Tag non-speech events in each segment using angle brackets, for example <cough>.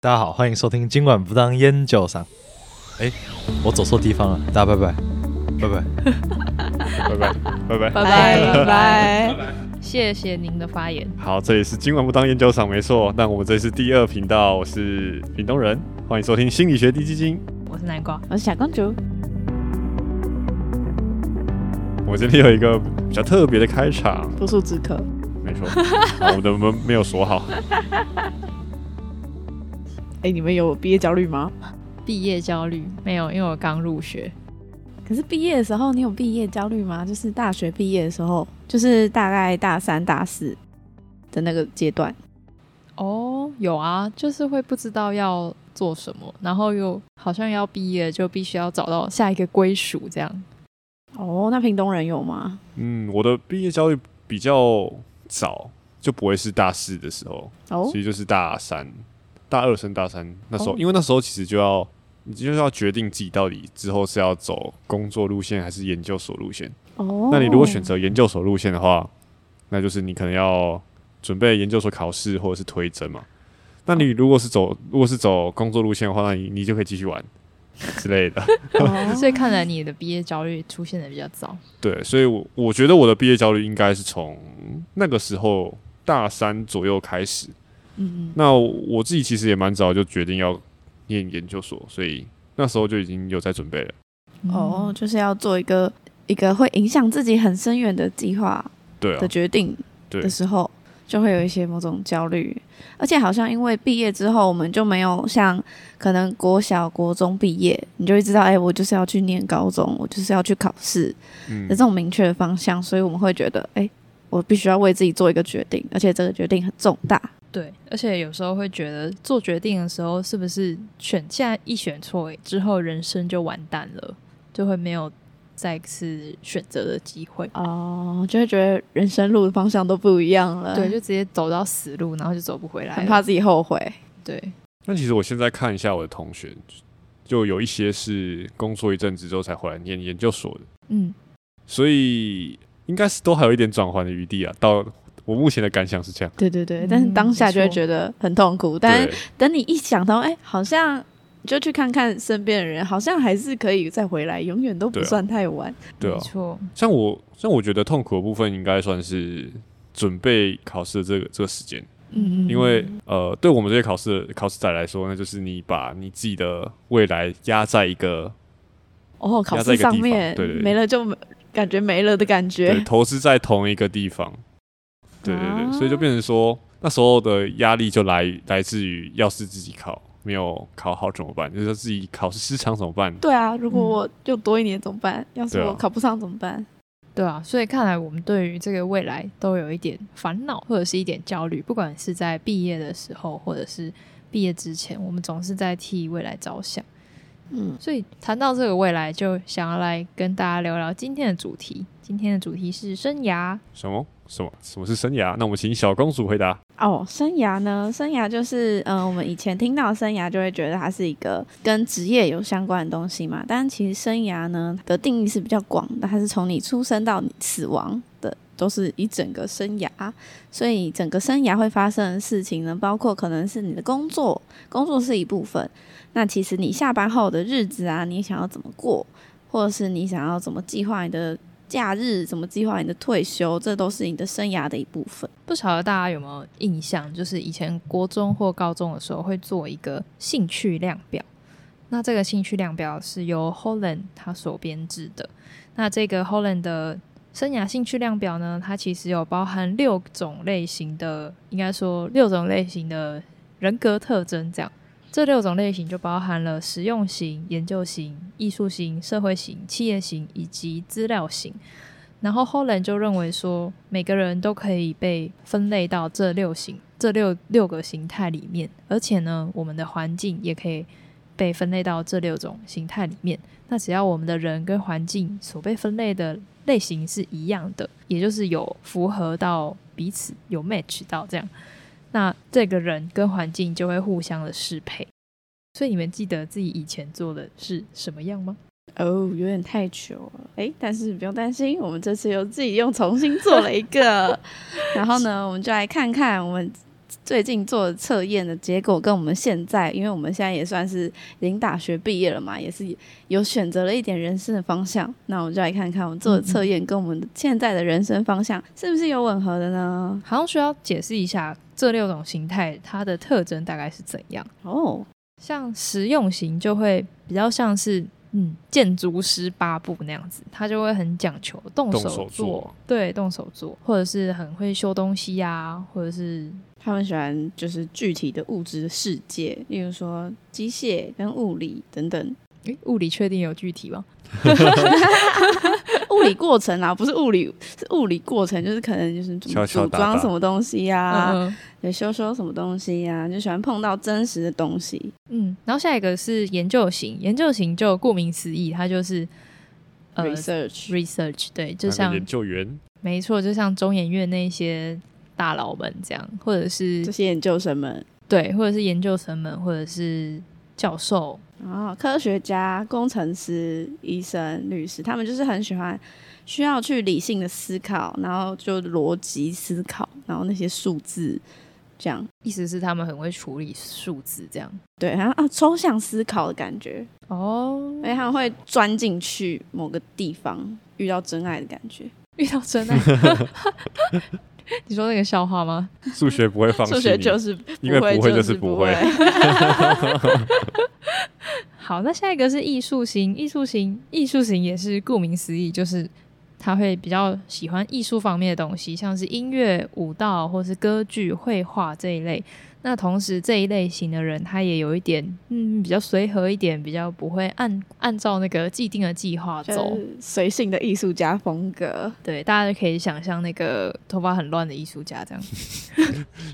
大家好，欢迎收听今晚不当烟酒嗓。哎，我走错地方了，大家拜拜，拜拜。拜拜，拜拜。拜拜拜拜拜，谢谢您的发言。好，这里是今晚不当研究场，没错。但我们这里是第二频道，我是屏东人，欢迎收听心理学低基金。我是南瓜，我是小公主，我这边有一个比较特别的开场，不速之客。没错，好我们的门没有锁好。哎、你们有毕业焦虑吗？毕业焦虑没有，因为我刚入学。可是毕业的时候，你有毕业焦虑吗？就是大学毕业的时候，就是大概大三、大四的那个阶段。哦，有啊，就是会不知道要做什么，然后又好像要毕业，就必须要找到下一个归属，这样。哦，那屏东人有吗？嗯，我的毕业焦虑比较早，就不会是大四的时候，哦其，实就是大三、大二升大三那时候，哦因为那时候其实就要你就是要决定自己到底之后是要走工作路线还是研究所路线。哦，那你如果选择研究所路线的话，那就是你可能要准备研究所考试或者是推甄嘛。那你如果是走如果是走工作路线的话，那你你就可以继续玩之类的。 <laughs> 哦，所以看来你的毕业焦虑出现的比较早。对，所以我我觉得我的毕业焦虑应该是从那个时候大三左右开始。嗯，那我我自己其实也蛮早就决定要念研究所，所以那时候就已经有在准备了。嗯哦，，就是要做一个一个会影响自己很深远的计划对啊的，决定对的时候，就会有一些某种焦虑，而且好像因为毕业之后，我们就没有像可能国小、国中毕业，你就会知道，哎、我就是要去念高中，我就是要去考试嗯的这，种明确的方向，所以我们会觉得，哎、我必须要为自己做一个决定，而且这个决定很重大。对，而且有时候会觉得做决定的时候，是不是选现在一选错之后，人生就完蛋了，就会没有再次选择的机会。哦，就会觉得人生路的方向都不一样了，对，就直接走到死路，然后就走不回来了。很怕自己后悔。对，那其实我现在看一下我的同学，就有一些是工作一阵子之后才回来念研究所的，嗯，所以应该是都还有一点转换的余地啊。到我目前的感想是这样，对对对，但是当下就会没错觉得嗯很痛苦，但对，等你一想到，哎、好像你就去看看身边的人，好像还是可以再回来，永远都对不啊算太晚。对啊没。错，嗯像我，像我觉得痛苦的部分应该算是准备考试的这个这个时间，嗯因为呃，对我们这些考试考试仔来说，那就是你把你自己的未来压在一个哦，考压在试一个地上方面对对对没了就没感觉没了的感对觉。投资在同一个地方，对对对，啊所以就变成说那时候的压力就来来自于要是自己考没有考好怎么办，就是说自己考试失常怎么办，对啊，如果嗯我又多一年怎么办？要是对啊我考不上怎么办？对啊，所以看来我们对于这个未来都有一点烦恼，或者是一点焦虑，不管是在毕业的时候，或者是毕业之前，我们总是在替未来着想。嗯，所以谈到这个未来，就想要来跟大家聊聊今天的主题。今天的主题是生涯，什么什么什么是生涯？那我们请小公主回答。哦，生涯呢？生涯就是，嗯、我们以前听到生涯就会觉得它是一个跟职业有相关的东西嘛，但其实生涯呢的定义是比较广的，它是从你出生到你死亡的，都是一整个生涯。所以整个生涯会发生的事情呢，包括可能是你的工作，工作是一部分。那其实你下班后的日子啊，你想要怎么过，或者是你想要怎么计划你的假日，怎么计划你的退休，这都是你的生涯的一部分。不晓得大家有没有印象，就是以前国中或高中的时候会做一个兴趣量表。那这个兴趣量表是由 Holland 他所编制的。那这个 Holland 的生涯兴趣量表呢，它其实有包含六种类型的，应该说六种类型的人格特征。这样，这六种类型就包含了实用型、研究型、艺术型、社会型、企业型以及资料型。然后后 o 就认为说，每个人都可以被分类到这六型、这六六个形态里面，而且呢，我们的环境也可以被分类到这六种形态里面。那只要我们的人跟环境所被分类的类型是一样的，也就是有符合到彼此，有 match 到这样，那这个人跟环境就会互相的适配。所以你们记得自己以前做的是什么样吗？哦，有点太久了，哎，但是不用担心，我们 <laughs> 这次又自己又重新做了一个。然后呢，我们就来看看我们最近做的测验的结果跟我们现在，因为我们现在也算是已经大学毕业了嘛，也是有选择了一点人生的方向。那我们就来看看我们做的测验跟我们的现在的人生方向是不是有吻合的呢？好像需要解释一下这六种形态它的特征大概是怎样。哦，像实用型就会比较像是嗯建筑师八部那样子，他就会很讲求动动手手做做，对，动手做，或者是很会修东西呀、或者是他们喜欢就是具体的物质的世界，例如说机械跟物理等等，诶嗯物理确定有具体吗？ <laughs> 物理过程啊，不是物理，是物理过程，就是可能就是敲敲组打装打什么东西呀、嗯嗯对，修修什么东西呀、就喜欢碰到真实的东西。嗯，然后下一个是研究型，研究型就顾名思义，它就是呃 research， research，对，就那个像研究员，没错，就像中研院那些大佬们这样，或者是这些研究生们对，或者是研究生们，或者是教授，然后科学家、工程师、医生、律师，他们就是很喜欢需要去理性的思考，然后就逻辑思考，然后那些数字这样，意思是他们很会处理数字这样。对，然后啊抽象思考的感觉，哦而且他们会钻进去某个地方，遇到真爱的感觉。 <laughs> 遇到真爱，你说那个笑话吗？数学不会放弃 <laughs> 数你，学就是因为不会不会就是是不不会会。好，那下一个是艺术型，艺术型，艺术型也是顾名思义，就是他会比较喜欢艺术方面的东西，像是音乐、舞蹈或是歌剧、绘画这一类。那同时这一类型的人，他也有一点，嗯，比较随和一点，比较不会按按照那个既定的计划就走。是随性的艺术家风格， <laughs> 对，大家就可以想象那个头发很乱的艺术家这样，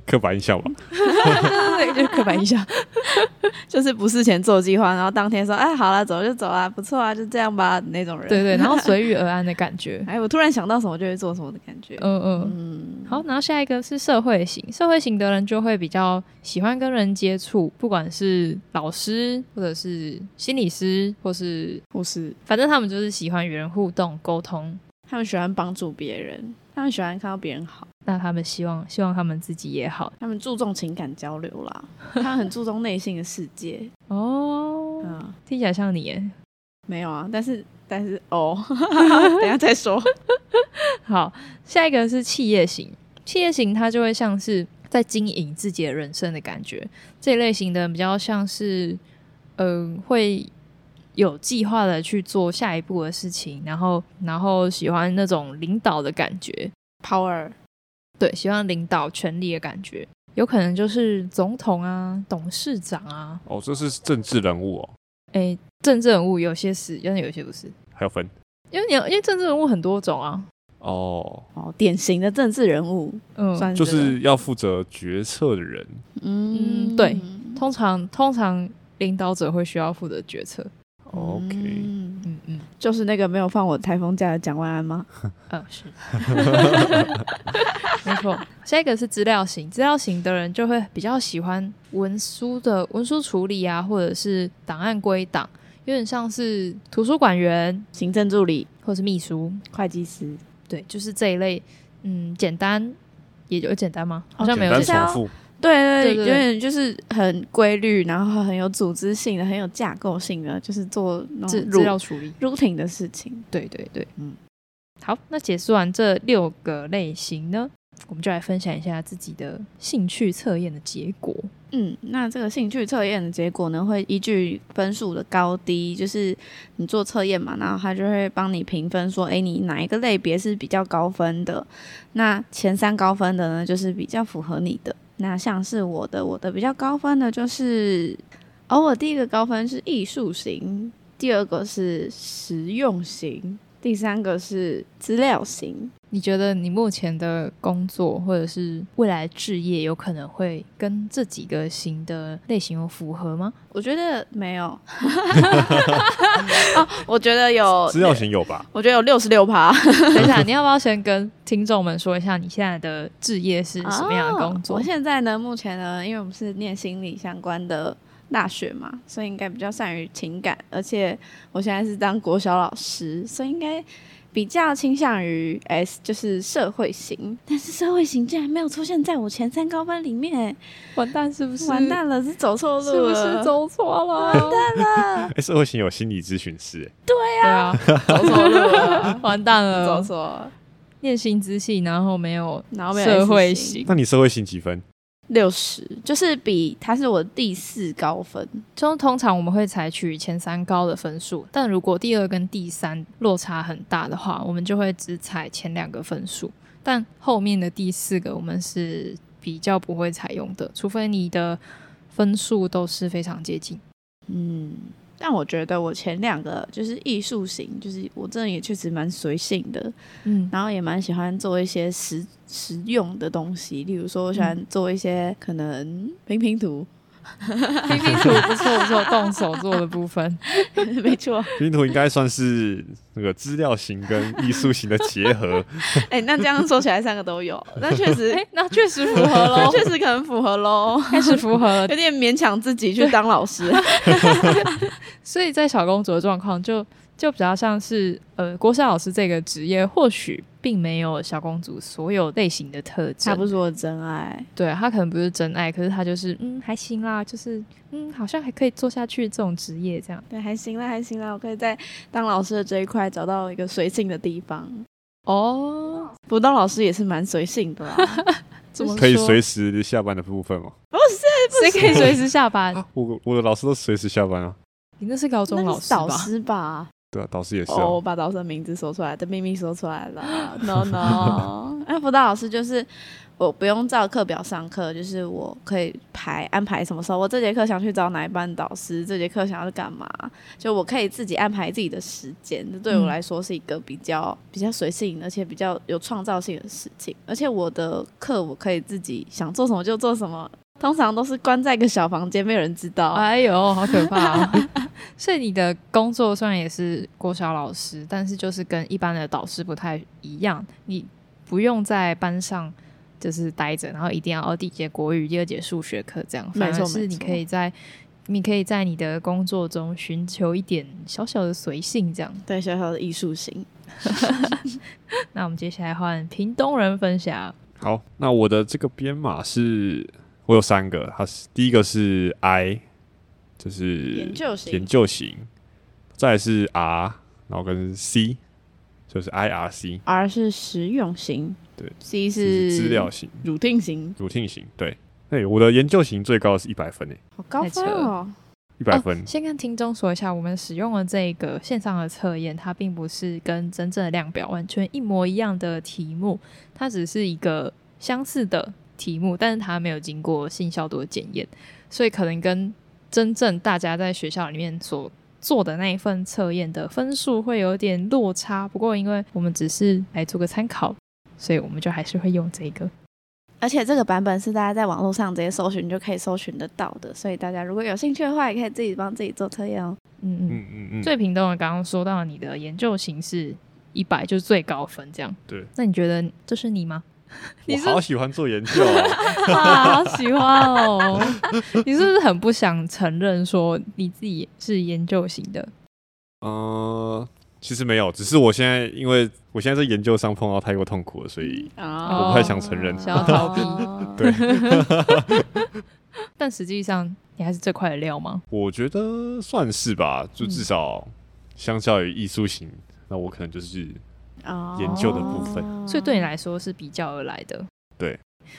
刻板印象吧。 <laughs> 对，就是刻板印象。 <laughs> 就是不事前做计划，然后当天说，哎，好了，走就走啊，不错啊，就这样吧，那种 <laughs> 人。对对，然后随遇而安的感 <laughs> 觉。哎，我突然想到什么就会做什么的感觉。嗯嗯。嗯，好，然后下一个是社会型，社会型的人就会比较喜欢跟人接触，不管是老师或者是心理师，或是护士反正他们就是喜欢与人互动沟通。他们喜欢帮助别人，他们喜欢看到别人好，那他们希望希望他们自己也好他们注重情感交流 <laughs> 啦，他们很注重内心的世界。哦，嗯，听起来像你耶。没有啊，但是但是哦， <laughs> 等一下再说。好，下一个是企业型，企业型它就会像是在经营自己的人生的感觉。这一类型的人比较像是，嗯、会有计划的去做下一步的事情，然后然后喜欢那种领导的感觉， Power，对，喜欢领导权力的感觉。有可能就是总统啊、董事长啊，哦，这是政治人物哦，诶，政治人物有些是，但是有些不是，还有分因为你要因为政治人物很多种啊，哦，哦，典型的政治人物，嗯，算就这是个要负责决策的人。嗯嗯对通常通常领导者会需要负责决策。 OK，嗯嗯嗯，就是那个没有放我台风假的蒋万安吗？ <laughs> 呃是， <laughs> 没错。下一个是资料型，资料型的人就会比较喜欢文书的文书处理啊，或者是档案归档，有点像是图书馆员行政助理、或是秘书，会计师，对，就是这一类。嗯，简单也有简单吗？好像没哦简有单简单。重复，对对对对，对有对点就是很规律，然后很有组织性的，很有架构性的，就是做那资种资料 ru- 处哦理， routine 的事情。对对对，嗯嗯。好，那解释完这六个类型呢，我们就来分享一下自己的兴趣测验的结果。嗯，那这个兴趣测验的结果呢，会依据分数的高低，就是你做测验嘛，然后他就会帮你评分说，诶，你哪一个类别是比较高分的？那前三高分的呢，就是比较符合你的。那像是我的，我的比较高分的就是，哦，我第一个高分是艺术型，第二个是实用型，第三个是资料型。你觉得你目前的工作或者是未来置业有可能会跟这几个型的类型有符合 <laughs> 吗？我觉得没有， <laughs> 哦，我觉得有资料型有吧？我觉得有六十六趴，等一下，你要不要先跟听众们说一下你现在的置业是什么样的工哦作我？现在呢，目前呢，因为我们是念心理相关的大学嘛，所以应该比较善于情感，而且我现在是当国小老师，所以应该比较倾向于 S，就是社会型，但是社会型竟然没有出现在我前三高分里面，完蛋是不是？完蛋了，是走错路是不了，是走错了？了？哎、社会型有心理咨询师、欸，对啊，走错路了，完蛋 <laughs> 走 <laughs> 了，错了，念心之系，然后没有然后没有社 S 会型型，那你社会型几分？六十，就是比他是我第四高分，就通常我们会采取前三高的分数，但如果第二跟第三落差很大的话，我们就会只采前两个分数，但后面的第四个我们是比较不会采用的，除非你的分数都是非常接近。嗯，但我觉得我前两个就是艺术型，就是我真的也确实蛮随性的，嗯，然后也蛮喜欢做一些实实用的东西，例如说我喜欢做一些可能 <laughs> 拼拼图，拼拼图不错不错，动手做的部分，没错，拼图应该算是那个资料型跟艺术型的结 <laughs> 合，哎、那这样说起来三个都有，那确实哎、，那确实符合那喽， <laughs> 确实可能符合喽，开始符合了 <laughs> 有。点勉强自己去当老师，所以在小公主的状况就，就比较像是呃，郭夏老师这个职业，或许并没有小公主所有类型的特 <laughs> 他征。不是我的真爱，对她可能不是真爱，可是她就是嗯还行啦，就是嗯好像还可以做下去这种职业这样。对，还行啦，还行啦，我可以在当老师的这一块找到一个随性的地方。哦，辅导老师也是蛮随性 <laughs> 的、啊，怎么可以说随时下班的部分吗？谁可以随时下 <laughs> 班？啊，我我的老师都随时下班啊，你哦那是高中那老是师吧？导师吧？对啊，导师也是、啊。哦，我把导师的名字说出来，的秘密说出来了。No No，那 <laughs> 辅导老师就是我不用照课表上课，就是我可以排安排什么时候，我这节课想去找哪一班导师，这节课想要干嘛，就我可以自己安排自己的时间。这对嗯我来说是一个比较比较随性，而且比较有创造性的事情。而且我的课我可以自己想做什么就做什么，通常都是关在一个小房间，没有人知道。哎呦，好可怕、 <laughs> 啊！所以你的工作虽然也是国小老师，但是就是跟一般的导师不太一样，你不用在班上就是待着，然后一定要哦第一节国语，第二节数学课这样，没反错而是没你错可以在你可以在你的工作中寻求一点小小的随性这样。对，小小的艺术型。那我们接下来换屏东人分享，好，那我的这个编码是，我有三个，它是第一个是 I，就是研究型研究型，再来是 R，然后跟 C，就是 IRC， R 是实用型，对，C 就是是资料型、 routine 型， routine 型。对，哎、我的研究型最高是一百分诶、欸好高分哦。一百分哦。先跟听众说一下，我们使用的这个线上的测验，它并不是跟真正的量表完全一模一样的题目，它只是一个相似的题目，但是它没有经过性消毒的检验，所以可能跟真正大家在学校里面所做的那一份测验的分数会有点落差。不过，因为我们只是来做个参考，所以我们就还是会用这个。而且这个版本是大家在网络上直接搜寻就可以搜寻得到的，所以大家如果有兴趣的话，也可以自己帮自己做测验哦。嗯嗯。嗯嗯嗯，最平等的刚刚说到你的研究型是一百，就是最高分这样。对，那你觉得这是你吗？ <laughs> 你我是好喜欢做研究、 <laughs> 哦，啊，好喜欢 <laughs> 哦！你是不是很不想承认说你自己是研究型的？嗯、其实没有，只是我现在因为我现在在研究上碰到太过痛苦了，所以啊我不太想承认想要 <laughs> 逃避对，但实际上你还是这块的料吗？我觉得算是吧，就嗯至少相较于艺术型，那我可能就是哦研究的部分分所以对你来说是比较而来的。嗯对，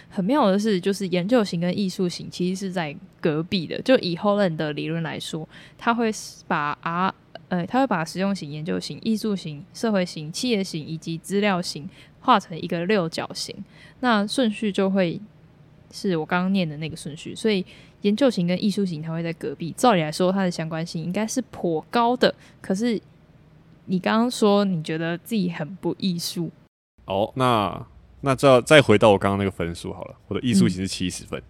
很妙的是，就是研究型跟艺术型其实是在隔壁的。就以 Holland 的理论来说，他会把 R 呃，他会把实用型、研究型、艺术型、社会型、企业型以及资料型画成一个六角形，那顺序就会是我刚刚念的那个顺序。所以研究型跟艺术型它会在隔壁，照理来说它的相关性应该是颇高的。可是你刚刚说你觉得自己很不艺术，哦，那那再再回到我刚刚那个分数好了，我的艺术型是七十分，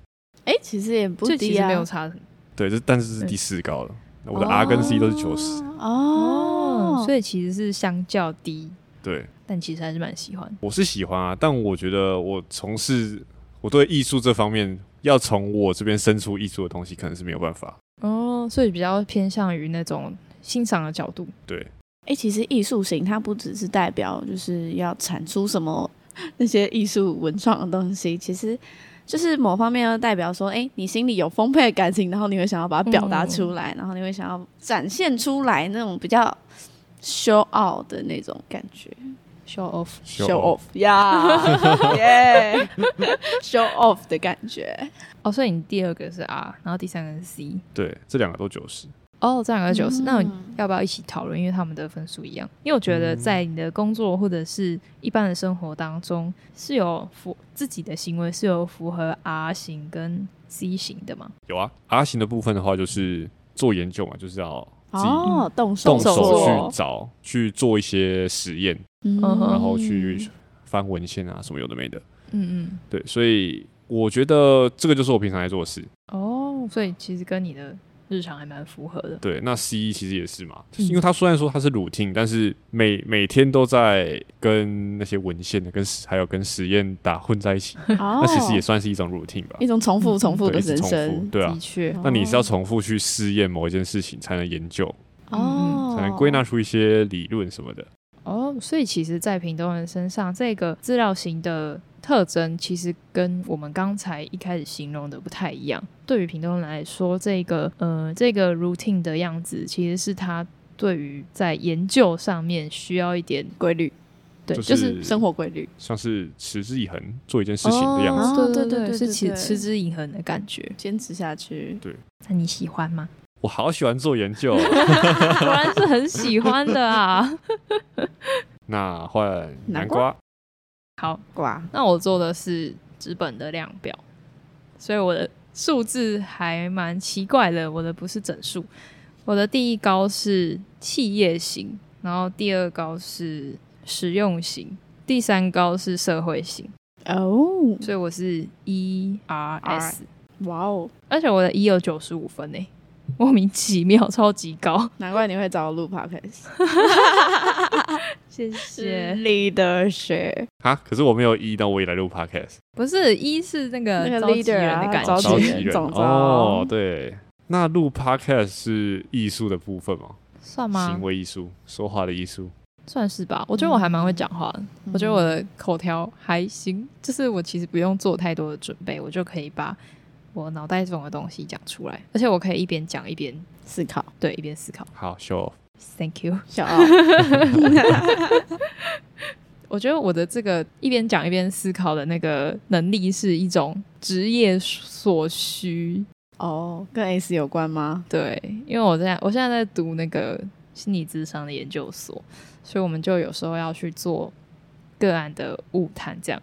哎、其实也不这其低实啊，没有差很对，这但是是第四高了。那我的 R 跟 C 都是九十、哦，所以其实是相较低，对，但其实还是蛮喜欢。我是喜欢啊，但我觉得我从事我对艺术这方面，要从我这边生出艺术的东西，可能是没有办法。哦，所以比较偏向于那种欣赏的角度。对，哎、其实艺术型它不只是代表就是要产出什么 <laughs> 那些艺术文创的东西，其实就是某方面要代表说，哎、你心里有丰沛的感情，然后你会想要把它表达出来，然后你会想要展现出来那种比较 show out 的那种感觉 show off， off off 呀，耶，show off 的感觉。哦，所以你第二个是 R，然后第三个是 C，对，这两个都九十。哦，这两个九十、嗯那我要不要一起讨论？因为他们的分数一样。因为我觉得嗯在你的工作或者是一般的生活当中，是有符自己的行为是有符合 R 型跟 C 型的嘛？有啊，R 型的部分的话，就是做研究嘛，就是要自己哦，动手动手手做去，找、去做一些实验，嗯然然后去翻文献啊，什么有的没的。嗯嗯。对，所以我觉得这个就是我平常在做的事。哦，所以其实跟你的日常还蛮符合的。对，那 C E 其实也是嘛，嗯因为它虽然说它是 routine，但是每每天都在跟那些文献的、跟实还有跟实验打混在一起，哦 <laughs> 那其实也算是一种 routine 吧一。种重复重复对，的一直人重复，生对啊的。确，那你是要重复去试验某一件事情，才能研究，哦，嗯才能归纳出一些理论什么的。哦，所以其实，在屏东人身上，这个资料型的特征，其实跟我们刚才一开始形容的不太一样。对于屏东人来说，这个呃，这个 routine 的样子，其实是他对于在研究上面需要一点规律，对，就就是生活规律。像是持之以恒做一件事情的样子。哦对对对对对是对持对持之以恒的感觉。坚持下去，那你喜欢吗？我好喜欢做研究哦、 <laughs> <laughs> 果然是很喜欢的啊！那换南南瓜，好，哇，那我做的是纸本的量表，所以我的数字还蛮奇怪的。我的不是整数，我的第一高是企业型，然后第二高是实用型，第三高是社会型，哦，所以我是 E R S，哇哦，而且我的 E 有九十五分呢、莫名其妙超级高。难怪你会找我录 podcast，谢 leadership，哈，可是我没有一，但我也来录 podcast，不是一是那个那个召集 leader 人的啊感召觉，召集集人人总召哦，对。那录 podcast 是艺术的部分吗？算吗行？为艺术、说话的艺术。算是吧。我觉得我还蛮会讲话的。我觉得我的口条还行，就是我其实不用做太多的准备，我就可以把我脑袋中的东西讲出来，而且我可以一边讲一边思考，对一边思考。好，show off。 Thank you。小 <laughs> 奥，我觉得我的这个一边讲一边思考的那个能力是一种职业所需，哦，跟 S 有关吗？对，因为我在我现在在读那个心理智商的研究所，所以我们就有时候要去做个案的物谈，这样。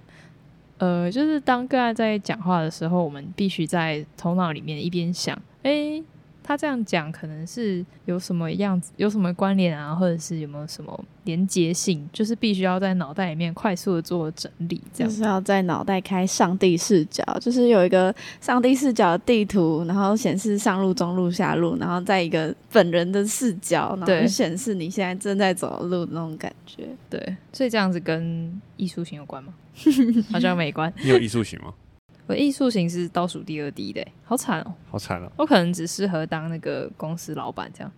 呃，就是当个案在讲话的时候，我们必须在头脑里面一边想，诶、他这样讲可能是有什么样子，有什么关联啊，或者是有没有什么连结性，就是必须要在脑袋里面快速的做整理，这就样。是要在脑袋开上帝视角，就是有一个上帝视角的地图，然后显示上路、中路、下路，然后再一个本人的视角，然对后显示你现在正在走的路的那种感觉。对，所以这样子跟艺术型有 <laughs> 关吗？好像没关。你有艺术型吗？我艺术型是倒数第二低的欸、好惨哦、 <laughs> 好惨啊！我可能只适合当那个公司老板这样。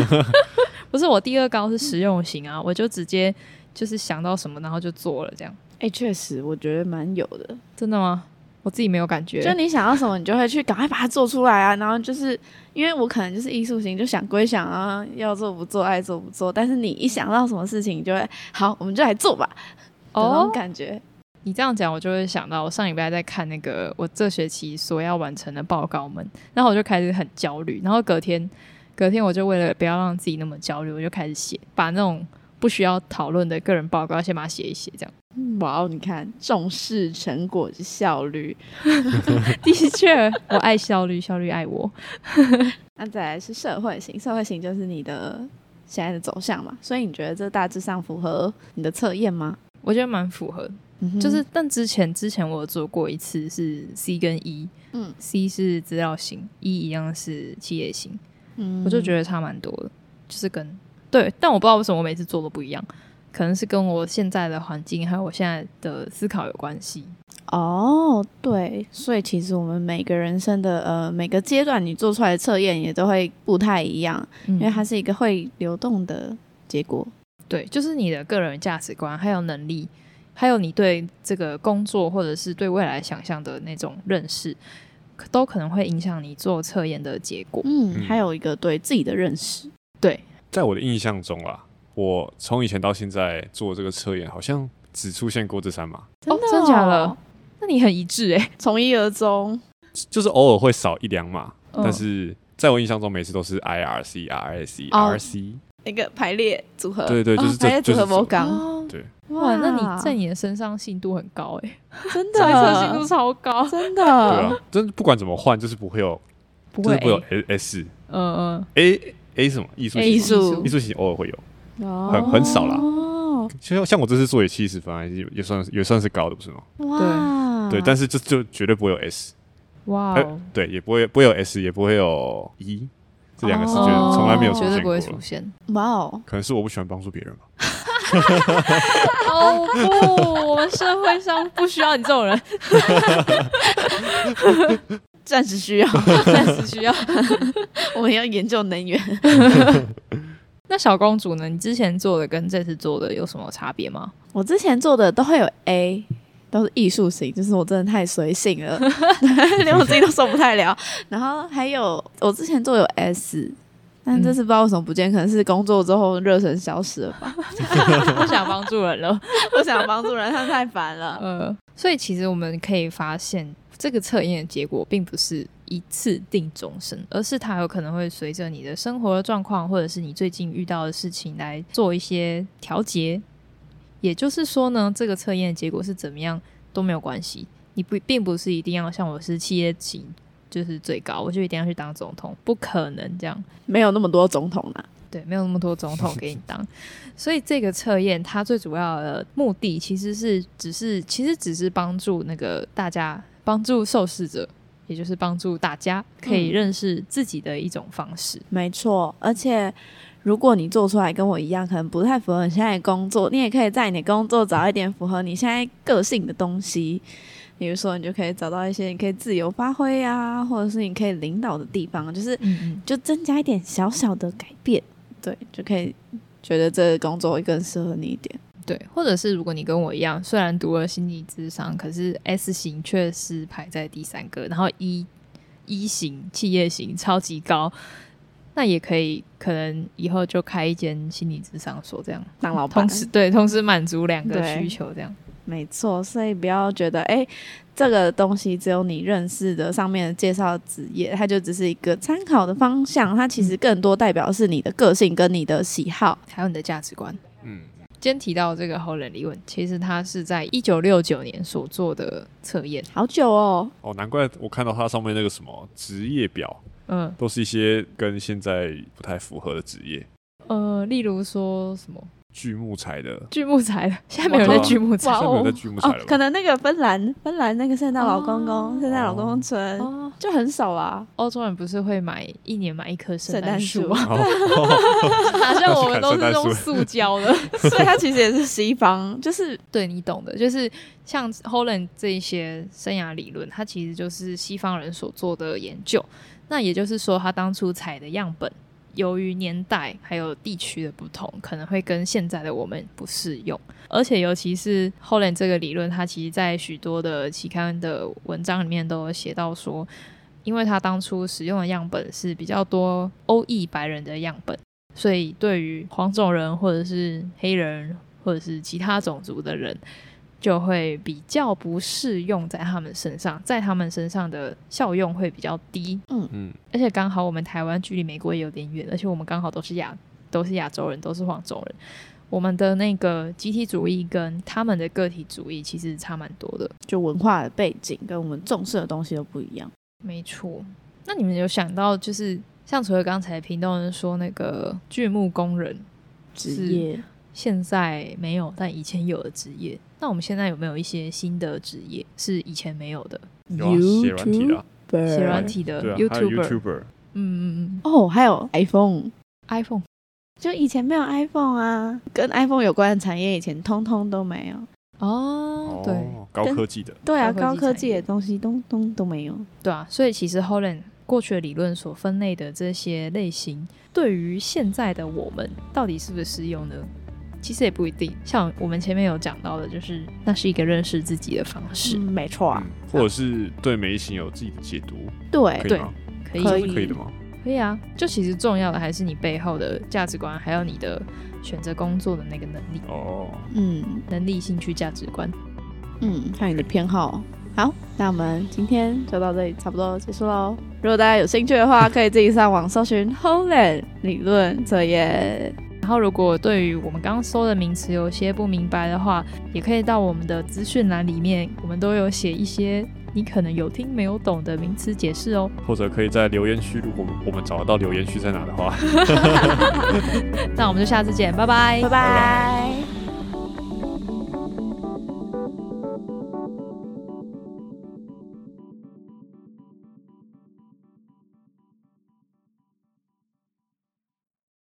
<laughs> 不是我第二高是实用型啊，我就直接就是想到什么然后就做了这样。哎、确实，我觉得蛮有的。真的吗？我自己没有感觉。就你想要什么，你就会去赶快把它做出来啊。然后就是因为我可能就是艺术型，就想归想啊，要做不做，爱做不做。但是你一想到什么事情，你就会好，我们就来做吧，的那哦种，感觉。你这样讲，我就会想到我上礼拜在看那个我这学期所要完成的报告们，然后我就开始很焦虑，然后隔天隔天我就为了不要让自己那么焦虑，我就开始写，把那种不需要讨论的个人报告先把它写一写这样。哇哦，你看重视成果及效率。 <laughs> 的确，我爱效率，效率爱我。那再来是社会型，社会型就是你的现在的走向嘛。所以你觉得这大致上符合你的测验吗？我觉得蛮符合的嗯哼就是，但之前之前我有做过一次是 C 跟 E，嗯，C 是资料型，E 一样是企业型，嗯我就觉得差蛮多的，就是跟对，但我不知道为什么我每次做的不一样，可能是跟我现在的环境还有我现在的思考有关系。哦，对，所以其实我们每个人生的呃每个阶段，你做出来的测验也都会不太一样，嗯因因为它是一个会流动的结果。对，就是你的个人价值观，还有能力，还有你对这个工作或者是对未来想象的那种认识，可都可能会影响你做测验的结果。嗯，嗯还有一个对自己的认识，在我的印象中啦，我从以前到现在做这个测验，好像只出现过这三码，哦真的假的？那你很一致哎、从一而终，就是偶尔会少一两码，嗯但是在我印象中，每次都是 I R C R C 哦 R C，一个排列组合，对对就是哦这排列组就合是这魔钢，哦对，哇，那你在你的身上信度很高哎、真欸，猜测信度的超高， <laughs> 真对的啊，真的不管怎么换，就是不会有，嗯不就会欸是不会有 A， S 嗯嗯， A A 什么艺术 A 型艺吗术艺术型偶尔会有，很啊很很少啦哦，像像我这次做也七十分啊，也也算也算是高的，不是吗？哇，对，但是就就绝对不会有 S，哇呃哦，对，也不会不会有 S，也不会有 E，这两个是哦绝从来没有出绝对现不过会的，出现。 <laughs> 哇哦，可能是我不喜欢帮助别人吧。哦不，我们社会上不需要你这种人， <laughs> 暂时 <laughs> 需要，暂时需要。我们要研究能源。那小公主呢？你之前做的跟这次做的有什么差别吗？我之前做的都会有 A，都是艺术型，就是我真的太随性 <laughs> 了，连我自己都受不太了。然后还有我之前做有 S，但这次不知道为什么不见，可能是工作之后热忱消失了吧。不想帮助人了。 <laughs> 不想帮助人，他太烦了。呃，所以其实我们可以发现，这个测验的结果并不是一次定终身，而是它有可能会随着你的生活的状况，或者是你最近遇到的事情来做一些调节。也就是说呢，这个测验的结果是怎么样都没有关系，你不并不是一定要像我是企业级就是最高，我就一定要去当总统，不可能这样。没有那么多总统啦、对，没有那么多总统给你当，所以这个测验它最主要的目的其实是只是其实只是帮助那个大家帮助受试者，也就是帮助大家可以嗯认识自己的一种方式。没错，而且如果你做出来跟我一样，可能不太符合你现在的工作，你也可以在你的工作找一点符合你现在个性的东西。比如说，你就可以找到一些你可以自由发挥啊，或者是你可以领导的地方，就是嗯嗯，就增加一点小小的改变，对，就可以觉得这个工作会更适合你一点。对，或者是如果你跟我一样，虽然读了心理智商，可是 S 型却是排在第三个，然后一一型企业型超级高，那也可以可能以后就开一间心理智商所这样。当老板同，时对，同时满足两个对需求，这样没错，所以不要觉得哎、诶这个东西只有你认识的上面的介绍的职业，它就只是一个参考的方向，它嗯其实更多代表是你的个性跟你的喜好。还有你的价值观。嗯，今天提到这个后人理论，其实它是在一九六九年所做的测验。好久哦，哦，难怪我看到它上面那个什么职业表，嗯都是一些跟现在不太符合的职业，呃，例如说什么锯木材的，锯木材的， <laughs> 现在没有人在锯木材哇现在没有哦在锯木材哦了，吧可？能那个芬兰，芬兰那个圣诞老公公、啊哦圣诞老公公村、哦。就很少 <laughs> 啊，欧洲人不是会买一年买一棵圣圣诞诞树树 <laughs> 吗？哦 <laughs> 哦 <laughs> 好像我们都是 <laughs> 圣用诞塑胶的。所以它其实也是西方，就是对你懂的，就是像 Holland 这一些生涯理论，它其实就是西方人所做的研究。那也就是说，他当初采的样本，由于年代还有地区的不同，可能会跟现在的我们不适用。而且，尤其是 Holland 这个理论，它其实在许多的期刊的文章里面都有写到说，因为他当初使用的样本是比较多欧裔白人的样本，所以对于黄种人或者是黑人或者是其他种族的人，就会比较不适用在他们身上，在他们身上的效用会比较低。嗯，而且刚好我们台湾距离美国也有点远，而且我们刚好都是亚都是亚洲人，都是黄种人。我们的那个集体主义跟他们的个体主义其实差蛮多的。就文化的背景跟我们重视的东西都不一样。没错。那你们有想到，就是像除了刚才屏东人说那个锯木工人，职业现在没有但以前有的职业，那我们现在有没有一些新的职业是以前没有的？有啊，写软体的啊， YouTuber 写软体的对啊，还有 YouTuber， YouTuber，嗯嗯嗯哦，还有 iPhone。 ，iPhone，就以前没有 iPhone 啊，跟 iPhone 有关的产业以前通通都没有。哦，嗯对哦，高科技的，对啊，高科技高科技产业的东西东东都没有。对啊，所以其实 Holland 过去的理论所分类的这些类型，对于现在的我们到底是不是适用呢？其实也不一定。像我们前面有讲到的，就是那是一个认识自己的方式。嗯没错啊嗯，或者是对每一型有自己的解读，哎对可以对吗？可以，可是可以的吗？可以啊。就其实重要的还是你背后的价值观，还有你的选择工作的那个能力、哦，嗯能力、兴趣、价值观。嗯，还有你的偏好。好，那我们今天就到这里，差不多结束喽。如果大家有兴趣的话，可以自己上网搜寻 Holland 理论测验。然后，如果对于我们刚刚搜的名词有些不明白的话，也可以到我们的资讯栏里面，我们都有写一些你可能有听没有懂的名词解释哦。或者可以在留言区，如果我们找得到留言区在哪的话，那我们就下次见，拜拜拜。拜。